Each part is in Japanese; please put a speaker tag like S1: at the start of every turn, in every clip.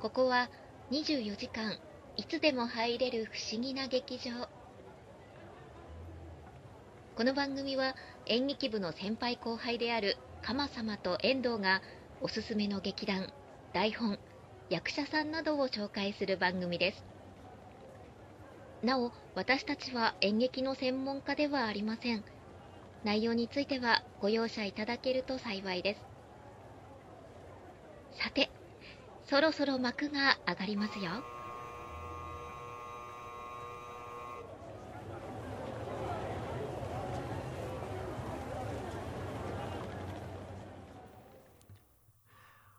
S1: ここは24時間いつでも入れる不思議な劇場この番組は演劇部の先輩後輩である鎌様と遠藤がおすすめの劇団台本役者さんなどを紹介する番組ですなお私たちは演劇の専門家ではありません内容についてはご容赦いただけると幸いですさてそろそろ幕が上がりますよ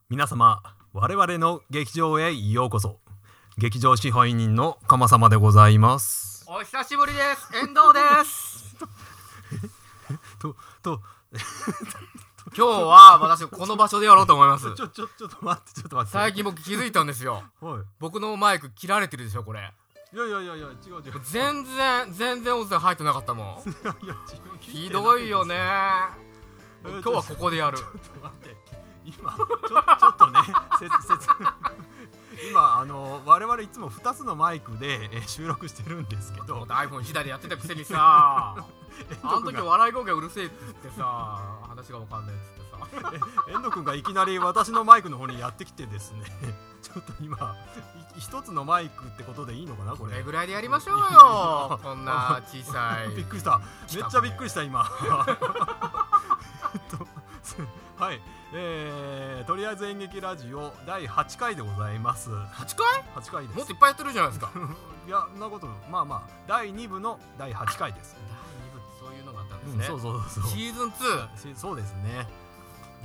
S2: 皆様我々の劇場へようこそ劇場支配人の鎌様でございます
S3: お久しぶりです。遠藤です。
S2: とと
S3: 今日は私この場所でやろうと思います。
S2: ちょちょちょっと待ってちょっと待って
S3: 最近僕気づいたんですよ。
S2: は
S3: 僕のマイク切られてるでしょこれ。
S2: いいやいやいやいや違う違う
S3: 全然全然音声入ってなかったもん。
S2: いやいや違う聞
S3: ひ
S2: てな
S3: どいよね。
S2: え
S3: 今
S2: ー
S3: 日はここでやる。
S2: ちょっと待って今ちょちょっとね説説今あの我々いつも2つのマイクで、えー収録してるんですけ
S3: もっ
S2: ど
S3: と iPhone 左でやってたくせにさ、あの時
S2: が
S3: 笑い声がうるせえっつってさ、話がわかんないっつってさ。
S2: 遠藤君がいきなり私のマイクの方にやってきてですねちょっと今い一つのマイクってことでいいのかなこ
S3: こ
S2: れ
S3: れぐらいでやりましょうよ。こんな小さい。
S2: びっくりした
S3: 来
S2: めったちゃびっくりした今 えっとすはいえー、とりあえず演劇ラジオ第8回でございます8
S3: 8回？
S2: 回です
S3: もっといっぱいやってるじゃないです か。
S2: いやそんなことまあまあ第2部の第8回です、
S3: そういうのがあったんです
S2: うん
S3: ね。
S2: そうそうそうそう
S3: シーズン2。
S2: しそうですね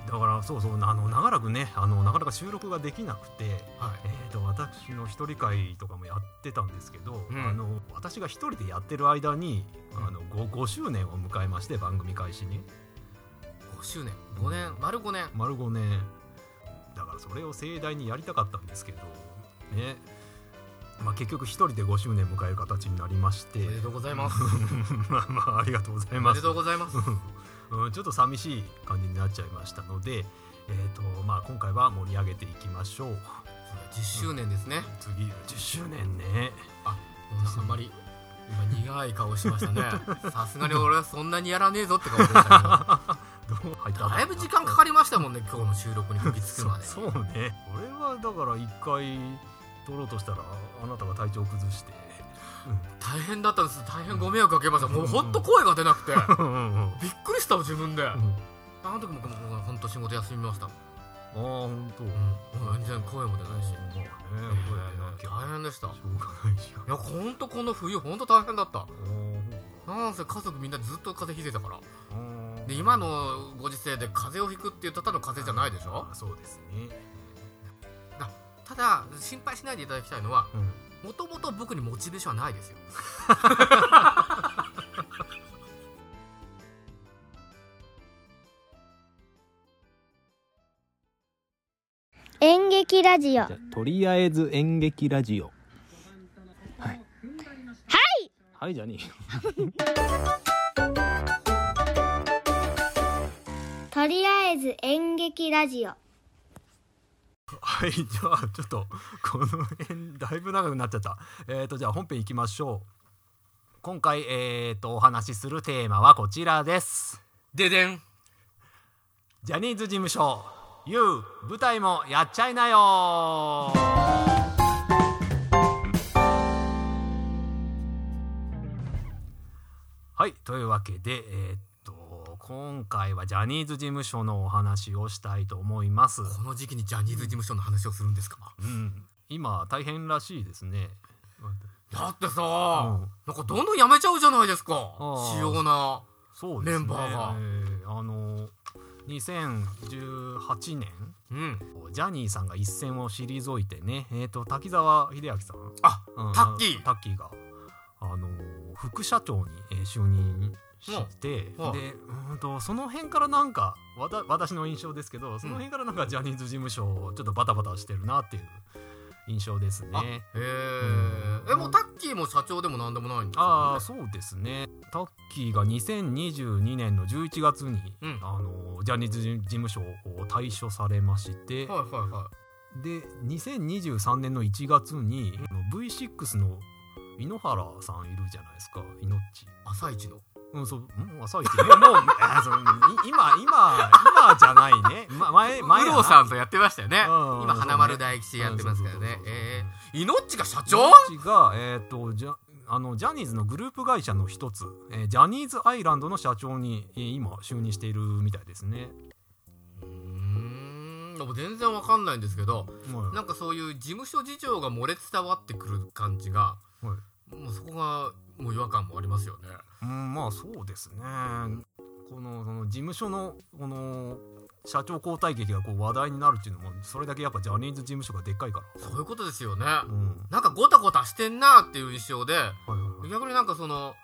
S2: だからそうそうあの長らくねあのなかなか収録ができなくて
S3: はい
S2: え。ー、と私の一人会とかもやってたんですけど、
S3: うん
S2: あの私が一人でやってる間に、
S3: うん
S2: あの 5, 5周年を迎えまして番組開始に
S3: 5周年5年丸5年
S2: 丸5年だからそれを盛大にやりたかったんですけどね、まあ、結局一人で5周年迎える形になりまして
S3: おめでとうございます
S2: まあまあありがとうござい
S3: おめ
S2: ま
S3: ですとうございます
S2: うん、ちょっと寂しい感じになっちゃいましたので、えーとまあ、今回は盛り上げていきましょう
S3: 10周年ですね
S2: 次10周年ね
S3: あんまり今苦い顔し ましたねさすがに俺はそんなにやらねえぞって顔でした
S2: どう入っ
S3: け
S2: た
S3: どだいぶ時間かかりましたもんね今日の収録にこぎつくまで
S2: そそうね俺はだから一回撮ろうとしたらあなたが体調崩して
S3: 大変だったんです大変ご迷惑かけましたもうほんと声が出なくて
S2: うんうんうん
S3: びっくりしたわ自分であ
S2: うん
S3: の時も僕もほんと仕事休みました
S2: ああ本当。
S3: もう全然声も出ないし
S2: まあね
S3: え
S2: これなき
S3: ー
S2: ゃ
S3: 大変でしたい
S2: しょうがないしあ
S3: やほんとこの冬ほんと大変だった
S2: あ
S3: なんせ家族みんなずっと風邪ひいてたから
S2: うん
S3: で今のご時世で風邪をひくっていうただの風邪じゃないでしょ
S2: あそうですね
S3: ただ心配しないでいただきたいのは
S2: うん
S3: もともと僕にモチベーションはないですよ
S4: 演劇ラジオ
S5: じゃあとりあえず演劇ラジオはいはいじゃねえよ
S4: とりあえず演劇ラジオ
S2: はいじゃあちょっとこの辺だいぶ長くなっちゃったえっ、とじゃあ本編いきましょう今回えっ、とお話しするテーマはこちらです
S3: ででん
S2: ジャニーズ事務所 YOU 舞台もやっちゃいなよはいというわけでえーっと今回はジャニーズ事務所のお話をしたいと思います、
S3: この時期にジャニーズ事務所の話をするんですか
S2: うん、今大変らしいですね
S3: だってさ、
S2: ん
S3: なんかどんどんやめちゃうじゃないですか
S2: あー
S3: 主要な
S2: そうですね
S3: メンバーが
S2: えーあの2018年
S3: うん
S2: ジャニーさんが一線を退いてね、えー、と滝沢秀明さん
S3: あ
S2: うん
S3: タッキー
S2: タッキーが、あのー副社長にえー就任して、
S3: うんうん
S2: でうーんとその辺からなんかわた私の印象ですけどその辺からなんかジャニーズ事務所ちょっとバタバタしてるなっていう印象です
S3: あ
S2: ね。
S3: え
S2: うん
S3: ー、えもうタッキーも社長でもなんでもないんです
S2: あ
S3: よ
S2: あ
S3: ね
S2: そうですねタッキーが2022年の11月に、
S3: うん
S2: あのージャニーズ事務所を退所されまして、
S3: はいはいは
S2: で2023年の1月にあの V6 の井ノ原さんいるじゃないですかイノッチ
S3: 朝一の
S2: うんそうもう朝一もうもうあそのい今今今じゃないね、ま、前前
S3: 有働さんとやってましたよね
S2: うん
S3: 今花丸大吉やってますからねえ
S2: え
S3: えイノッチが社
S2: ジョ
S3: 長
S2: ッチが、えー、とじゃあのジャニーズのグループ会社の一つ、えージャニーズアイランドの社長に、えー今就任しているみたいですね。
S3: うーんでも全然わかんないんですけど
S2: もう
S3: なんかそういう事務所事情が漏れ伝わってくる感じが
S2: はい
S3: もうそこがもう違和感もありますよね
S2: うん、まあそうですねこのその事務所のこの社長交代劇がこう話題になるっていうのもそれだけやっぱジャニーズ事務所がでっかいか
S3: そういうことですよね
S2: ら。うん
S3: なんかごたごたしてんなっていう印象で
S2: はいはいはい
S3: 逆になんかその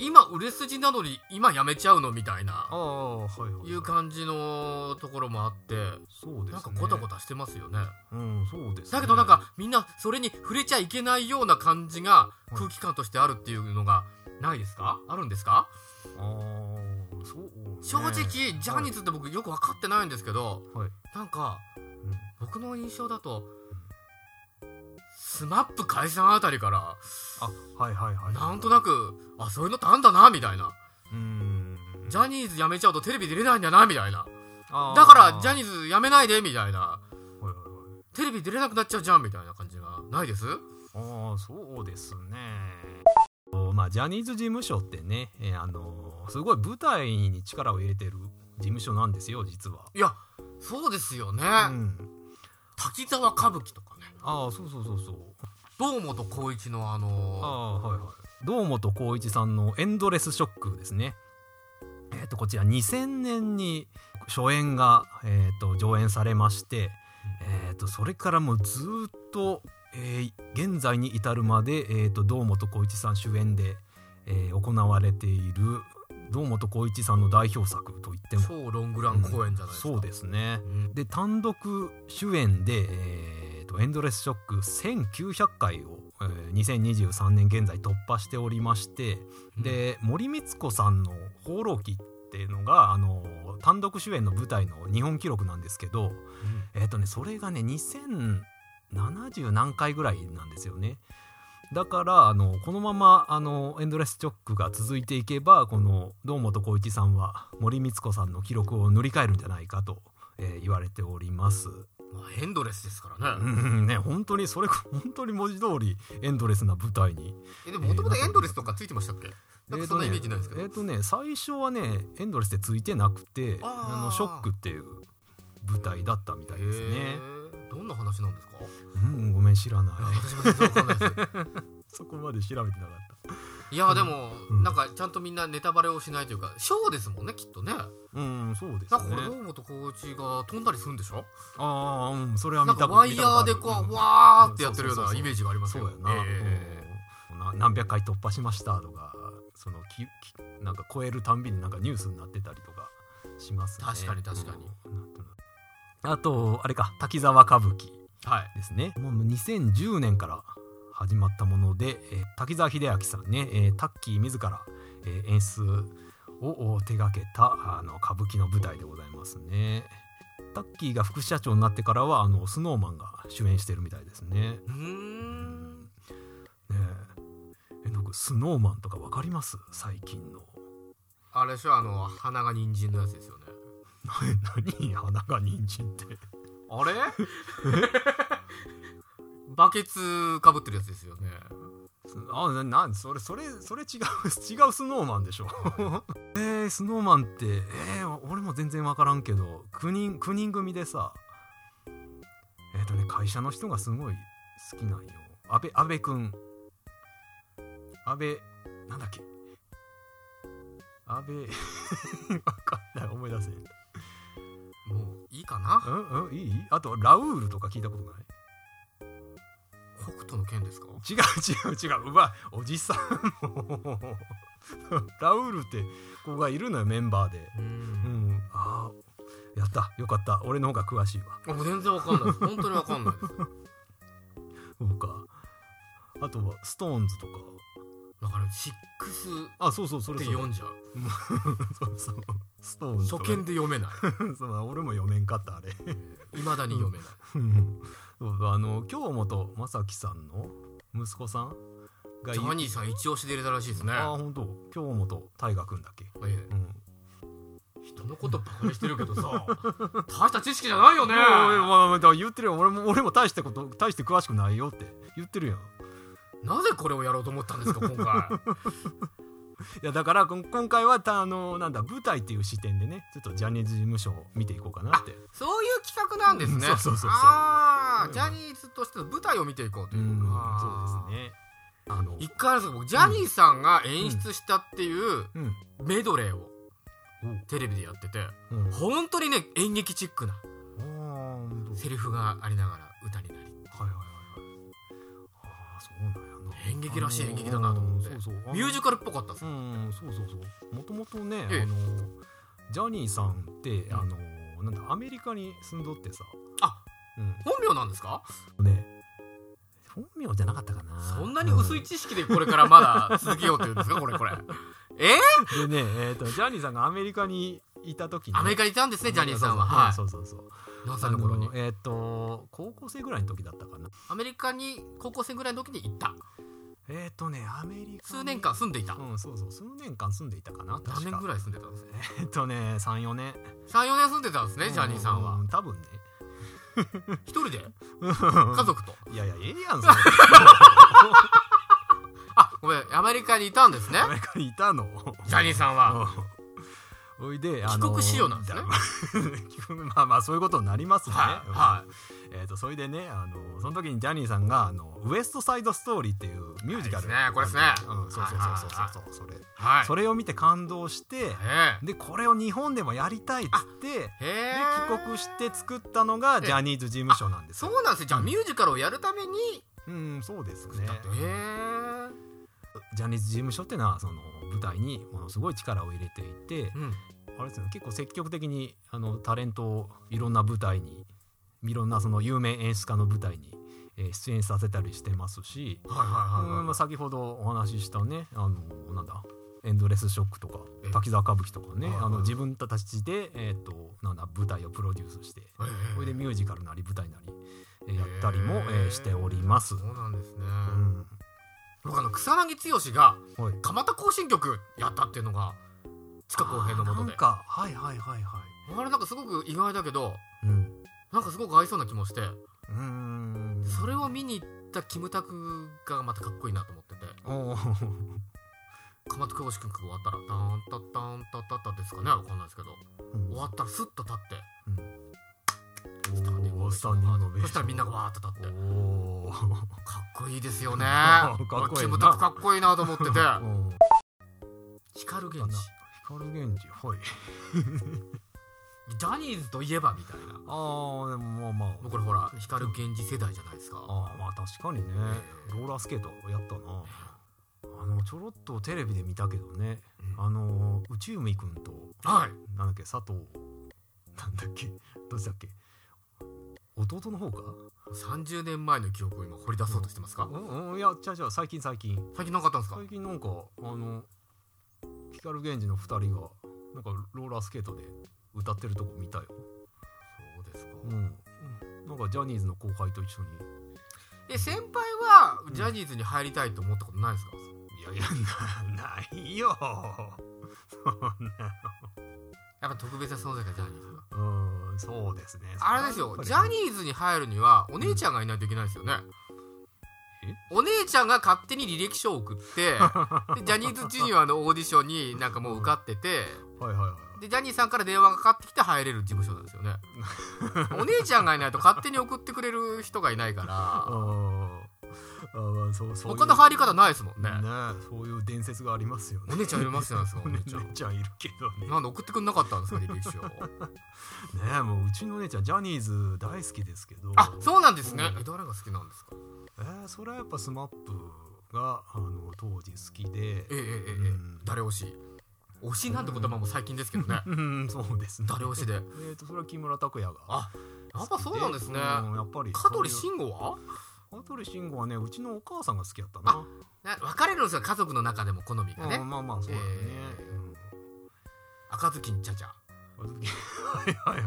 S3: 今売れ筋なのに今やめちゃうのみたい
S2: あ
S3: な
S2: あはいはいはい
S3: いう感じのところもあって
S2: そうですね
S3: なんかごたごたしてますよね
S2: うんそうですね
S3: だけどなんかみんなそれに触れちゃいけないような感じが空気感としてあるっていうのがないですかあるんですか
S2: ああそう、ね、
S3: 正直ジャニー
S2: ズ
S3: ズって僕よく分かってないんですけど
S2: はい、
S3: なんか
S2: うん
S3: 僕の印象だとスマップ解散あたりから
S2: あはいはいはい
S3: なんとなくあそういうのってあんだなみたいな
S2: うん
S3: ジャニーズ辞めちゃうとテレビ出れないんだなみたいな
S2: あー
S3: だからジャニーズ辞めないでみたいな
S2: はいはいはい
S3: テレビ出れなくなっちゃうじゃんみたいな感じがないです
S2: ああそうですねおまあジャニーズ事務所ってね、えーあのーすごい舞台に力を入れてる事務所なんですよ実は、
S3: いやそうですよね、
S2: うん、
S3: 滝沢歌舞伎とかね
S2: ああそうそうそうそう
S3: 堂本光一のあ
S2: あ
S3: の
S2: あはいはい堂本光一さんの「エンドレスショック」ですねえっ、とこちら2000年に初演が、えー、と上演されまして、えー、とそれからもうずーっと、えー現在に至るまで、えー、と堂本光一さん主演で、えー行われている堂本光一さんの代表作といっても
S3: 超ロングラン公演じゃないですか、、
S2: そうですすねで単独主演で、えーと「エンドレスショック」1900回を、えー2023年現在突破しておりまして、で森光子さんの「放浪記」っていうのがあの単独主演の舞台の日本記録なんですけど、えっとね、それがね2070何回ぐらいなんですよね。だからあのこのままあのエンドレスチョックが続いていけばこの堂本光一さんは森光子さんの記録を塗り替えるんじゃないかと、えー言われております。
S3: まあ、エンドレスですから
S2: う
S3: ね、
S2: んね本当にそれこ本当に文字通りエンドレスな舞台に。
S3: えでももともとエンドレスとかついてましたっけなんかそんなイメージないですけど、
S2: えっとね最初はねエンドレスでついてなくて
S3: あ
S2: あ
S3: ー
S2: のショックっていう舞台だったみたいです
S3: へ
S2: ね。
S3: ーどんな話なんですか
S2: うんごめん知らない。
S3: いや私も全然わかんないです
S2: そこまで調べてなかった。
S3: いやでも、
S2: うん
S3: なんかちゃんとみんなネタバレをしないというかショーですもんねきっとね
S2: うん、そうです
S3: なんかこ
S2: ね
S3: れ。堂本光一が飛んだりするんでしょ
S2: ああ、うん、それは
S3: な
S2: 見
S3: ん
S2: た
S3: か
S2: こ
S3: ワイヤーでこう、わーってやってるようなイメージがあります
S2: そう
S3: よ
S2: やな、
S3: え
S2: うんな何百回突破しましたとか、そのききなんか超えるたんびになんかニュースになってたりとかしますね。
S3: 確かに確かに
S2: うん。なんとなくあと、あれか、滝沢歌舞伎
S3: えはい
S2: ですね。もう2010年から始まったもので、えー滝沢秀明さんね、えータッキー自ら、えー演出をお手掛けたあの歌舞伎の舞台でございますね。タッキーが副社長になってからはあのスノーマンが主演してるみたいですね。
S3: うーん
S2: ねええなんかスノーマンとかわかります最近の。
S3: あれでしょあの鼻が人参のやつですよね
S2: な何花が人参って。
S3: あれ バケツかぶってるやつですよね
S2: あななんそれそれそれ違う 違うスノーマンでしょ えー、スノーマンってえー、俺も全然分からんけど9人 ,9 人組でさえっ、とね会社の人がすごい好きなんよ安倍安倍くん安倍なんだっけ安 倍分かんない思い出せん
S3: もういいかな
S2: うんうんいいあとラウールとか聞いたことない
S3: 北斗の剣ですか
S2: 違う違う違ううわおじさんも うラウールって子がいるのよメンバーで
S3: う
S2: うんんああやったよかった俺の方が詳しいわ
S3: あもう全然わかんないです本当にわかんないです
S2: そうかあとはストーンズとか
S3: だからシックスっ
S2: あそうそうそれ
S3: て
S2: それ
S3: 読んじゃう
S2: そうそうストーンズと
S3: 初
S2: か
S3: 見で読めない
S2: そう俺も読めんかったあれ
S3: いまだに読めない
S2: うんそうだあの京本正樹さんの息子さんが
S3: ジャニーさん一押しで入れたらしいですね
S2: ああ本当京本大河君だっけ
S3: え
S2: う
S3: え
S2: ん
S3: 人のことバカにしてるけどさ大した知識じゃない よね
S2: いやいやいやまあだから言ってるよ俺も俺も大したこと大して詳しくないよって言ってるやんい
S3: なぜこれをやろうと思ったんですか 今回
S2: やだからこん今回はたあのなんだ舞台っていう視点でねちょっとジャニーズ事務所を見ていこうかなって
S3: そういう企画なんですね
S2: そうそうそうそう
S3: あ
S2: う
S3: あ
S2: ん
S3: ジャニーズとしての舞台を見ていこうと
S2: う
S3: いうんあ
S2: そう
S3: ー
S2: ですねあの
S3: 一回あるんですよ僕ジャニーさんが演出したっていう
S2: うん
S3: メドレーをテレビでやってて
S2: うん
S3: 本当にね演劇チックな
S2: あーほんと
S3: セリフがありながら歌になり
S2: はいはいはいはいああそうなんやな
S3: 演劇らしい演劇だなと思って
S2: あのーそうそう
S3: ミュージカルっぽかったです
S2: うんそうそうそうもともとね、
S3: ええ
S2: あのジャニーさんって、あのなんだアメリカに住んどってさ
S3: あ
S2: うん
S3: 本名なんですか
S2: ね本名じゃなかったかな
S3: そんなに薄
S2: う
S3: い知識でこれからまだ続けようっていうんですかこれ これえ
S2: んでねえーとジャニーさんがアメリカにいた時に
S3: アメリカにいたんですねジャニーさんは
S2: うん
S3: はい
S2: そうそうそう
S3: 何
S2: あ
S3: 歳の頃に
S2: のえっ、と高校生ぐらいの時だったかな
S3: アメリカに高校生ぐらいの時に行った
S2: えっ、とねアメリカに
S3: 数年間住んでいた
S2: うんそうそう数年間住んでいたかな
S3: 何年ぐ
S2: らい
S3: らい住んでたんですね
S2: えっ、とね34年
S3: 34年住んでたんですねジャニーさんは
S2: う多分ね
S3: 一人で
S2: 家
S3: 家族と
S2: いやいやええ やんそれ
S3: あごめんアメリカにいたんですね
S2: アメリカにいたの
S3: ジャニーさんは
S2: うんおいで、あ
S3: 帰国子女なんですね
S2: 帰国まあまあそういうことになりますね、
S3: はいは
S2: うんえー、とそれでね、あのその時にジャニーさんがあの「ウエスト・サイド・ストーリー」っていうミュージカル、
S3: はいですねこれですね
S2: うん、そうそうそうそうそうそうそれ、
S3: はい
S2: それを見て感動して
S3: え
S2: でこれを日本でもやりたいっつって
S3: えへ
S2: で
S3: え
S2: 帰国して作ったのがジャニーズ事務所なんです
S3: そ
S2: よ
S3: うなんですよじゃあミュージカルをやるために
S2: うんそうです
S3: 作っ
S2: ね
S3: たってへえ
S2: ジャニーズ事務所っていうのはその舞台にものすごい力を入れていて、
S3: うん
S2: あれですね結構積極的にあのタレントをいろんな舞台にいろんなその有名演出家の舞台に、えー出演させたりしてますし、
S3: はいはいはいは
S2: うん
S3: い
S2: まあ、先ほどお話ししたねあのなんだエンドレスショックとか
S3: ええ
S2: 滝沢歌舞伎とかね、
S3: はいはい
S2: あの自分たちで、えー、となんだ舞台をプロデュースして
S3: ええ
S2: それでミュージカルなり舞台なり、えーやったりも、えーしております。
S3: そうなんです
S2: う
S3: ね、
S2: ん
S3: 僕あの草薙剛が
S2: はい
S3: 蒲田行進曲やったっていうのが塚公平のもと
S2: な
S3: で
S2: んかはいはいはいは
S3: あれなんかすごく意外だけど
S2: い。うん
S3: なんかすごく合いそうな気もして
S2: うーん
S3: それを見に行ったキムタクがまたかっこいいなと思ってて
S2: おー
S3: 蒲田行進曲終わったらタンタッタンタッタッタですかねわかんないですけど終わったらスッと立って
S2: スタンディングオベーション
S3: そしたらみんながわーっと立って
S2: おー
S3: かっこいいですよ ね
S2: かっこいいな
S3: 俺キムタクかっこいいなと 思って
S2: う
S3: て
S2: ん
S3: 光源氏
S2: 光源氏はい
S3: ジャニーズといえばみたいな
S2: ああでもまあまあ
S3: 僕らほら光源氏世代じゃないですか
S2: あーまあ確かにねローラースケートやったなあのちょろっとテレビで見たけどね
S3: うん
S2: あの内海君と
S3: はい
S2: なんだっけ佐藤なんだっけどっちだっけ弟の方か
S3: 30年前の記憶を今掘り出そうとしてますか、
S2: うんうんいや違う違う最近最近
S3: 最近なかったんですか
S2: 最近なんかあの光源氏の2人がなんかローラースケートで歌ってるとこ見たよ、
S3: そうですか
S2: うん、なんかジャニーズの後輩と一緒に
S3: え先輩はジャニーズに入りたいと思ったことないですか、
S2: いやいやなないよ
S3: やっぱ特別な存在がジャニーズ
S2: うんそうですね
S3: あれですよジ
S2: やっ
S3: ャ
S2: ぱりね
S3: ニーズに入るにはお姉ちゃんがいないといけないですよね、お姉ちゃんが勝手に履歴書を送って でジャニーズジュニアのオーディションになんかもう受かってて
S2: はいはいはい
S3: でジャニーさんから電話がかかってきて入れる事務所なんです よねお姉ちゃんがいないと勝手に送ってくれる人がいない
S2: あ
S3: から
S2: ーあーそうそういう
S3: 他の入り方ないですもんね
S2: ねそういう伝説がありますよね
S3: お姉ちゃんいますよねその
S2: お
S3: お
S2: 姉
S3: 姉
S2: ち
S3: ち
S2: ゃ
S3: ゃ
S2: ん
S3: ん
S2: いるけどね
S3: なんで送ってくんなかったんですか 履歴書
S2: ねえもううちのお姉ちゃんジャニーズ大好きですけど
S3: あそうなんですね
S2: うん
S3: え誰が好きなんですか
S2: えー、それはやっぱスマップがあの当時好きで
S3: ええええええ
S2: うん
S3: 誰推し推しなんて言葉も最近ですけどね
S2: うんそうですね
S3: 誰推しでや
S2: えー、とそれは木村拓哉が
S3: あっぱそうなんですね
S2: うんやっぱり
S3: 香取
S2: そういう
S3: 慎吾は
S2: 香取慎吾はねうちのお母さんが好きやったな
S3: な分かれるんですよ家族の中でも好みが
S2: う
S3: ね
S2: んまあまあそうだよね、
S3: えー赤ずきんちゃちゃ
S2: はいはいはいはい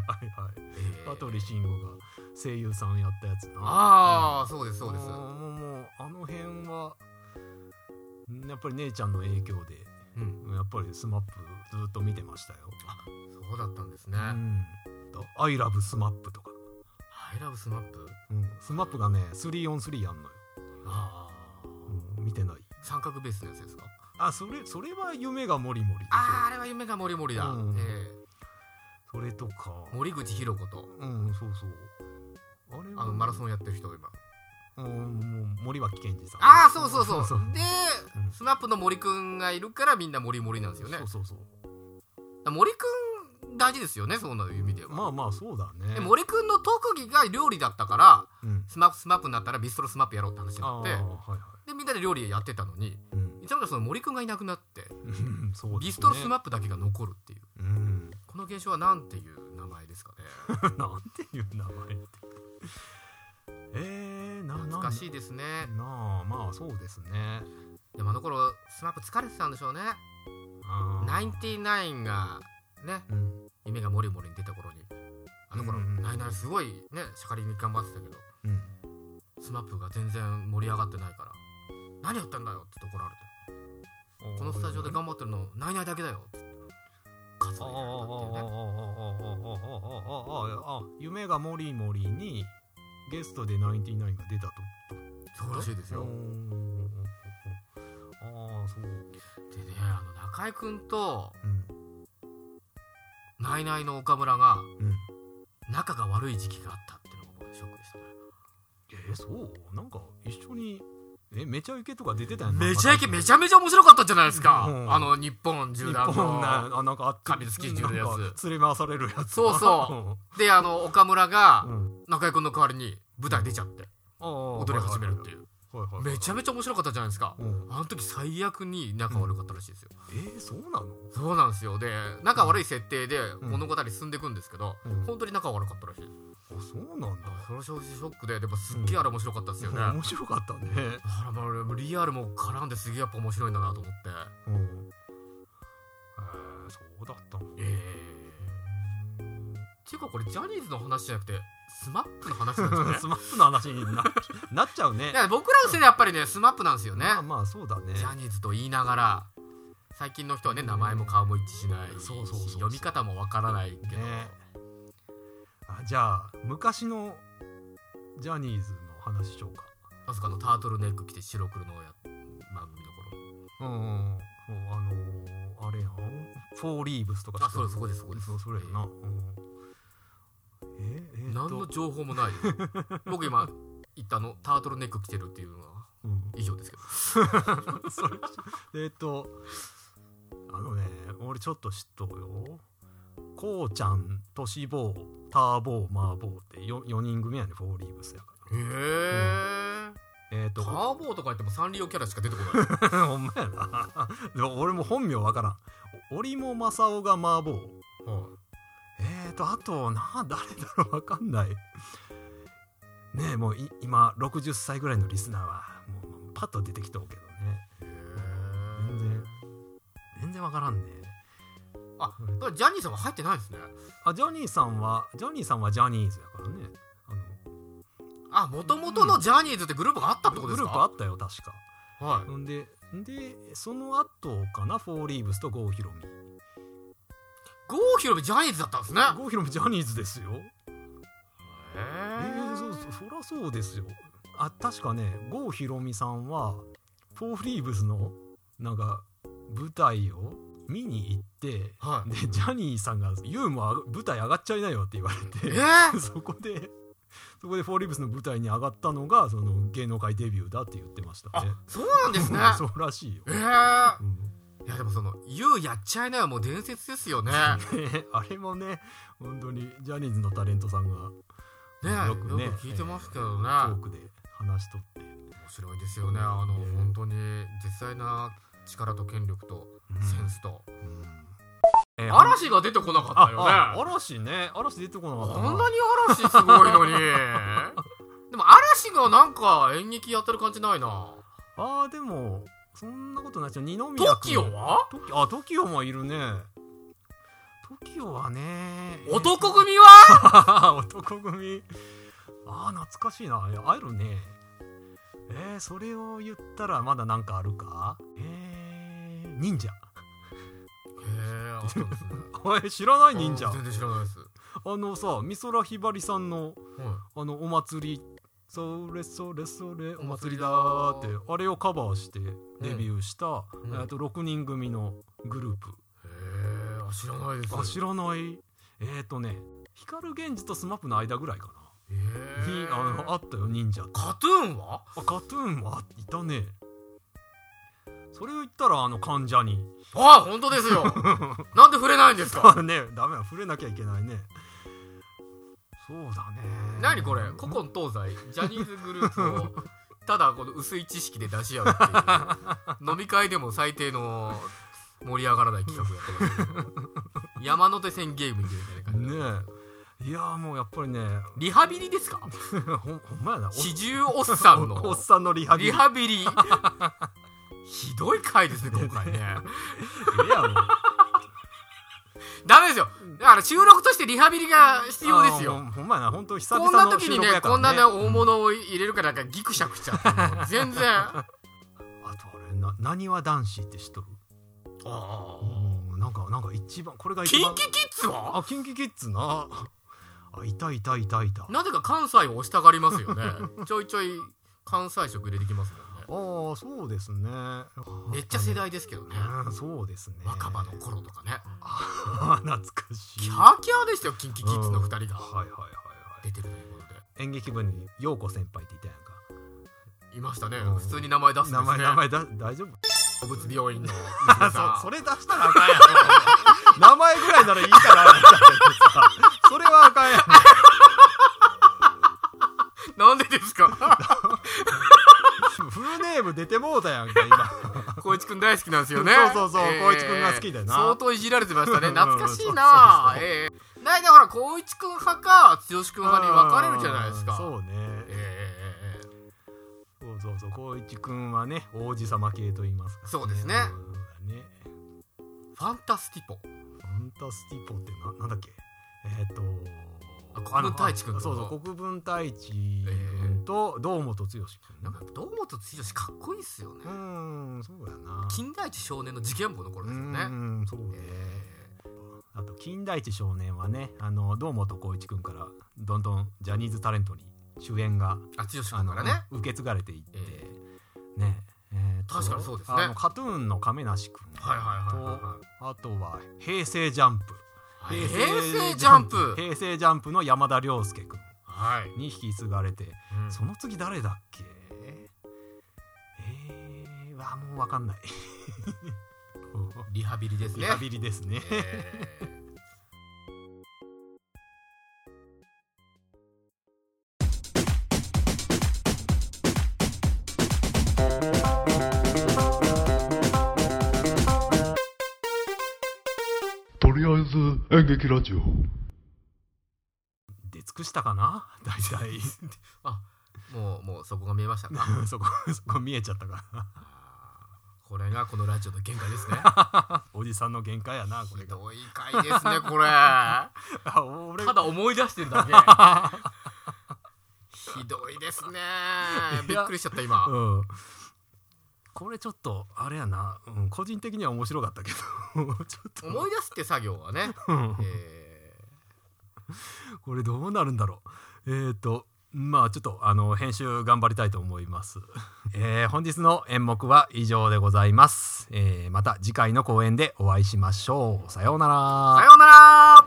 S3: え
S2: 香
S3: ー
S2: 取慎吾が声優さんやったやつな
S3: ああそうですそうです
S2: もうもうもうあの辺はんやっぱり姉ちゃんの影響で
S3: うん
S2: やっぱりスマップずっと見てましたよ
S3: そうだったんですね
S2: うんと「アイラブスマップとか、
S3: アイラブスマップ
S2: うん、スマップがね 3on3 やんのよ、
S3: あ
S2: うん、見てない
S3: あ三角ベースのやつですか
S2: あそれそれは夢がもりもりでしょ
S3: あああれは夢がもりもりだ、
S2: うん
S3: え
S2: それとか
S3: ー森口博子と
S2: うんそうそうあれは
S3: あのマラソンやってる人今
S2: うんもう森脇健児さん
S3: ああそうそうそう
S2: そう
S3: で、
S2: うん
S3: スナップの森くんがいるからみんな森森なんですよね
S2: そうそうそう
S3: 森くん大事ですよねそうな意味では、
S2: まあまあそうだね
S3: で森くんの特技が料理だったから
S2: うん
S3: スマップスマップになったらビストロスマップやろうって話に
S2: あ
S3: な
S2: あ
S3: っ
S2: は
S3: て
S2: いはい
S3: でみんなで料理やってたのに
S2: うん
S3: いつの間にかその森くんがいなくなって
S2: うんそうですね
S3: ビストロスマップだけが残るっていう
S2: うん
S3: この現象は何ていう名前ですかね
S2: なんていう名前ってえー、 な
S3: 懐かしいですね
S2: なんなあまあそうですね
S3: でもあの頃スマップ疲れてたんでしょうね
S2: あー
S3: ナインティナインがね
S2: うん
S3: 夢がもりもりに出た頃にあの頃
S2: うん
S3: ナイナイすごいねしゃかりに頑張ってたけど
S2: うん
S3: スマップが全然盛り上がってないから何やってんだよって怒られてこのスタジオで頑張ってるのナイナイだけだよって勝つ
S2: ああ
S3: みた
S2: あああ
S3: いなっていうね
S2: ああああああああ夢がもりもりにゲストでナインティナインが出たと
S3: そうらしいですよ
S2: ああそう
S3: でねあの中居君と
S2: うん
S3: ナイナイの岡村が
S2: うん
S3: 仲が悪い時期があったっていうのが僕ショックでしたね
S2: えー、そうなんか一緒にえめちゃイケとか出てたよな
S3: めちゃイケめ
S2: ゃ
S3: ちゃめちゃ面白かったじゃないですか、
S2: うん
S3: あの日本縦
S2: 日
S3: 断
S2: 本な
S3: の
S2: あなんかあっ
S3: 神のスキー中のやつ
S2: なんか連れ回されるやつ
S3: そう そであの岡村
S2: う
S3: が
S2: ん、うん、
S3: 中居君の代わりに舞台出ちゃって
S2: 踊
S3: 踊り始めるっていう
S2: う、はいはいはい、
S3: めちゃ
S2: めち
S3: めちゃ面白かったじゃないですか
S2: ゃ、うん、
S3: あの時最悪に仲悪かったらしいですよ、
S2: えー、そうなの
S3: そうなんですよで仲悪い設定で
S2: ん
S3: 物語進んでいくんですけど、
S2: うん
S3: 本当に仲悪かったらしいです
S2: あそうなんだ
S3: それは正直ショックででもすっげえあれ面白かったですよね、あ
S2: 面白かったね、
S3: らまあリアルも絡んですげえやっぱ面白いんだなと思って
S2: うん、えー、そうだったの
S3: ええていうかこれジャニーズの話じゃなくてスマップの話なんですよね
S2: スマップの話にななっちゃうね
S3: いや僕らの世代やっぱりねスマップなんですよね、
S2: まあまあそうだね
S3: ジャニーズと言いながら最近の人はね名前も顔も一致しないし
S2: そうそうそうそう
S3: 読み方もわからないけど、
S2: ねあじゃあ昔のジャニーズの話しようか
S3: まさかのタートルネック着て白黒のや番組の
S2: う
S3: 頃
S2: んうんうんあのー、あれやんフォーリーブスとか
S3: あそうですそうですそうです
S2: そうそれやな、うん、ええー、
S3: 何の、情報もない 僕今言ったあのタートルネック着てるっていうのは
S2: うん、
S3: 以上ですけど
S2: それ えっとあのね俺ちょっと知っとうよこうちゃんとしぼうターボーマーボーって 4, 四人組やねフォーリーブスやか
S3: へえ、
S2: らえっ、ー、
S3: タ
S2: と
S3: ーボーとか言ってもサンリオキャラしか出てこない
S2: ほんまやな。 でも俺も本名わからん。お折茂正雄が麻婆。えーと、あと、な、誰だろうわかんない。ねえ、もうい今、60歳ぐらいのリスナーは、もうパッと出てきとうけどね。
S3: へえ
S2: 全然、全然わからんね。
S3: あだからジャニーさんは入ってないですね
S2: あ、ジャニーさんは、ジャニーさんはジャニーズやからね。あの
S3: あ元々のジャニーズってグループがあったってこ
S2: グ
S3: とです
S2: ル
S3: か
S2: ープあったよ、確か。
S3: はい
S2: んで、んで、その後かな、フォーリーブスとゴーヒロミ。
S3: 郷ひろみジャニーズだったんですね
S2: ゴーヒロミジャニーズですよ。
S3: へ
S2: えー、そうそうそらそうですよあ確かね郷ひろみさんはフォーリーブスのなんか舞台を見に行って
S3: はい
S2: でジャニーさんが「ユーモア舞台上がっちゃいなよ」って言わ
S3: え
S2: れて、
S3: ー
S2: そこでそこでフォーリーブスの舞台に上がったのがその芸能界デビューだって言ってましたね
S3: そうなんですね
S2: そうらしいよ、
S3: え
S2: う
S3: ー
S2: ん
S3: いやでもその「YOU やっちゃいなよ」もう伝説ですよね
S2: ね あれもね本当にジャニーズのタレントさんが
S3: ね
S2: よ
S3: よ
S2: く
S3: く
S2: ね
S3: 聞いてますけど
S2: ト
S3: ね、
S2: ークで話しとって、
S3: 面白いですよねあの、
S2: ね
S3: 本当に絶大な力と権力とセンスと、
S2: えー
S3: 嵐が出てこなかった
S2: ああ
S3: よね
S2: 嵐ね嵐出てこなかった
S3: こんなに嵐すごいの にでも嵐がなんか演劇やってる感じないな
S2: ああでもそんなことないですよ二宮君
S3: TOKIO は
S2: トキあ TOKIO もいるね TOKIO はね
S3: 男 闘呼組は
S2: 男組ああ懐かしいないやあるねえー、それを言ったらまだなんかあるかえー、忍者
S3: へーあそうですね
S2: あれ知らない忍者
S3: あ全然知らないです、
S2: あのさ美空ひばりさんの
S3: はい
S2: あのお祭りそれそれそれお祭りだーってあれをカバーしてデビューした、
S3: うん
S2: えっと6人組のグループ、
S3: へえ知らないです
S2: あ知らないえっ、ー、とね光源氏とスマップの間ぐらいか
S3: へ
S2: な、に
S3: え
S2: あのあったよ忍者って
S3: カトゥーンは
S2: あカトゥーンはいたねそれを言ったらあの関ジャニ
S3: あ本当で すよなんで触れないんですか
S2: あ ねダメだ触れなきゃいけないねそうだね
S3: 何これ古今東西ジャニーズグループをただこの薄い知識で出し合 うっていう飲み会でも最低の盛り上がらない企画やってますけど山手線ゲームみたいな感じで、
S2: ねえいやーもうやっぱりね
S3: リハビリですか
S2: ほんほんまやなお
S3: 四十おっさん
S2: おお
S3: の
S2: っさんのリハビリ
S3: リハビリひどい回ですね今回ね
S2: ええやろ
S3: ダメですよだから収録としてリハビリが必要です
S2: あー
S3: よ
S2: もうほんまやな本当久
S3: こ
S2: 々
S3: んな
S2: の
S3: 時
S2: 収
S3: に
S2: 録
S3: ね
S2: やか
S3: こ
S2: ら
S3: んな
S2: ね
S3: ね大物を入れるからなんかギクシャクしちゃってもう 全然あ
S2: あとあれななにわ男子って知っとる
S3: あ
S2: うんなんかなんか一番これが一
S3: キ
S2: 番
S3: ンキキッズは
S2: あキンキキッズなあいたいたいたいたあ
S3: なぜか関西を押したがりますよねちょいちょい関西色入れてきますもんね
S2: あそうですね
S3: めっちゃ世代ですけどね
S2: うんそうですね
S3: 若葉の頃とかね
S2: あ 懐かしい
S3: キャーキャーでしたよキンキキッズの2人が
S2: はいはいはいは
S3: 出てるということで
S2: い演劇部に陽子先輩っていたやんか
S3: いましたね
S2: うん
S3: 普通に名前出すんですね
S2: 名前名前だ大丈夫
S3: 動物病院の
S2: あ
S3: 娘 さん
S2: そそれ出したらあかんやろ名前ぐらいならいいからみたいなさそれはあかんやろ
S3: なんでですか
S2: フルネーム出てもうたやんか今
S3: 光一くん大好きなんですよね
S2: そうそうそう光一くんが好きだよな
S3: 相当いじられてました ね
S2: うん
S3: 懐かし
S2: そう
S3: いな
S2: そうそう
S3: ええだいだから光一くん派か剛くん派に分かれるじゃないですか
S2: そうね
S3: ええええええ
S2: そうそうそう光一くんはね王子様系と言いますか、
S3: そうですね
S2: うんね
S3: ファンタスティポ
S2: ファンタスティポってななんだっけえっ、と
S3: あ国分太一くん
S2: あ
S3: の
S2: のそうそう国分太一くんと堂本剛くん、
S3: なんかやっぱ堂本剛かっこいいっすよね
S2: うーんそうやな
S3: 金田一少年の事件簿の頃
S2: う
S3: ですよ
S2: ん
S3: ね
S2: うんそうね
S3: え
S2: あと金田一少年はねあの堂本光一くんからどんどんジャニーズタレントに主演が
S3: えあ剛
S2: あ
S3: 君
S2: の
S3: からね
S2: 受け継がれていって、
S3: え
S2: ねえーと
S3: 確かにそうですね
S2: あのカトゥーンの亀梨君と、
S3: はいはいはいはいはい
S2: あとは平成ジャンプ
S3: 平成ジャンプ
S2: 平成ジャンプの山田涼介君
S3: はい、
S2: に引き継がれて、
S3: うん
S2: その次誰だっけえー、わあもうわか んない
S3: リハビリです
S2: リ
S3: ね
S2: ハビリですね
S3: ええ
S6: とりあえず演劇ラジオ。
S2: 出尽くしたかな 大体
S3: もうもうそこが見えました か
S2: そこ そこ見えちゃったか
S3: これがこのラジオの限界ですね
S2: ら おじさんの限界やなこれ
S3: ひ
S2: が
S3: どい回です ねこれた
S2: あ俺
S3: だ思い出してるだけ ひどいですねびっくりしちゃった今
S2: うんこれちょっとあれやな、うん、個人的には面白かったけど ちょっと
S3: 思い出すって作業はね、
S2: うん
S3: え
S2: これどうなるんだろうえっ、ー、とまあちょっとあの編集頑張りたいと思います、 えー本日の演目は以上でございます、えーまた次回の公演でお会いしましょうさようなら
S3: ーさようなら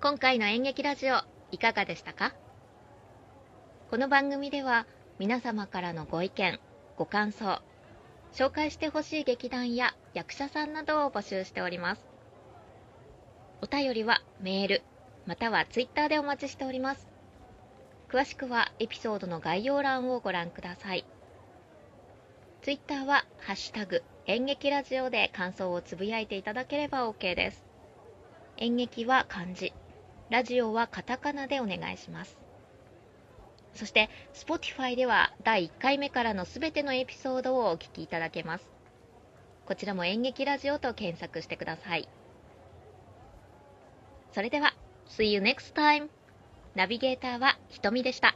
S1: 今回の演劇ラジオいかがでしたかこの番組では皆様からのご意見ご感想紹介してほしい劇団や役者さんなどを募集しておりますお便りはメールまたはツイッターでお待ちしております詳しくはエピソードの概要欄をご覧くださいツイッターは「ハッシュタグ演劇ラジオ」で感想をつぶやいていただければ OK です演劇は漢字ラジオはカタカナでお願いします。そして Spotify では第1回目からのすべてのエピソードをお聞きいただけますこちらも演劇ラジオと検索してくださいそれでは See you next time ナビゲーターはひとみでした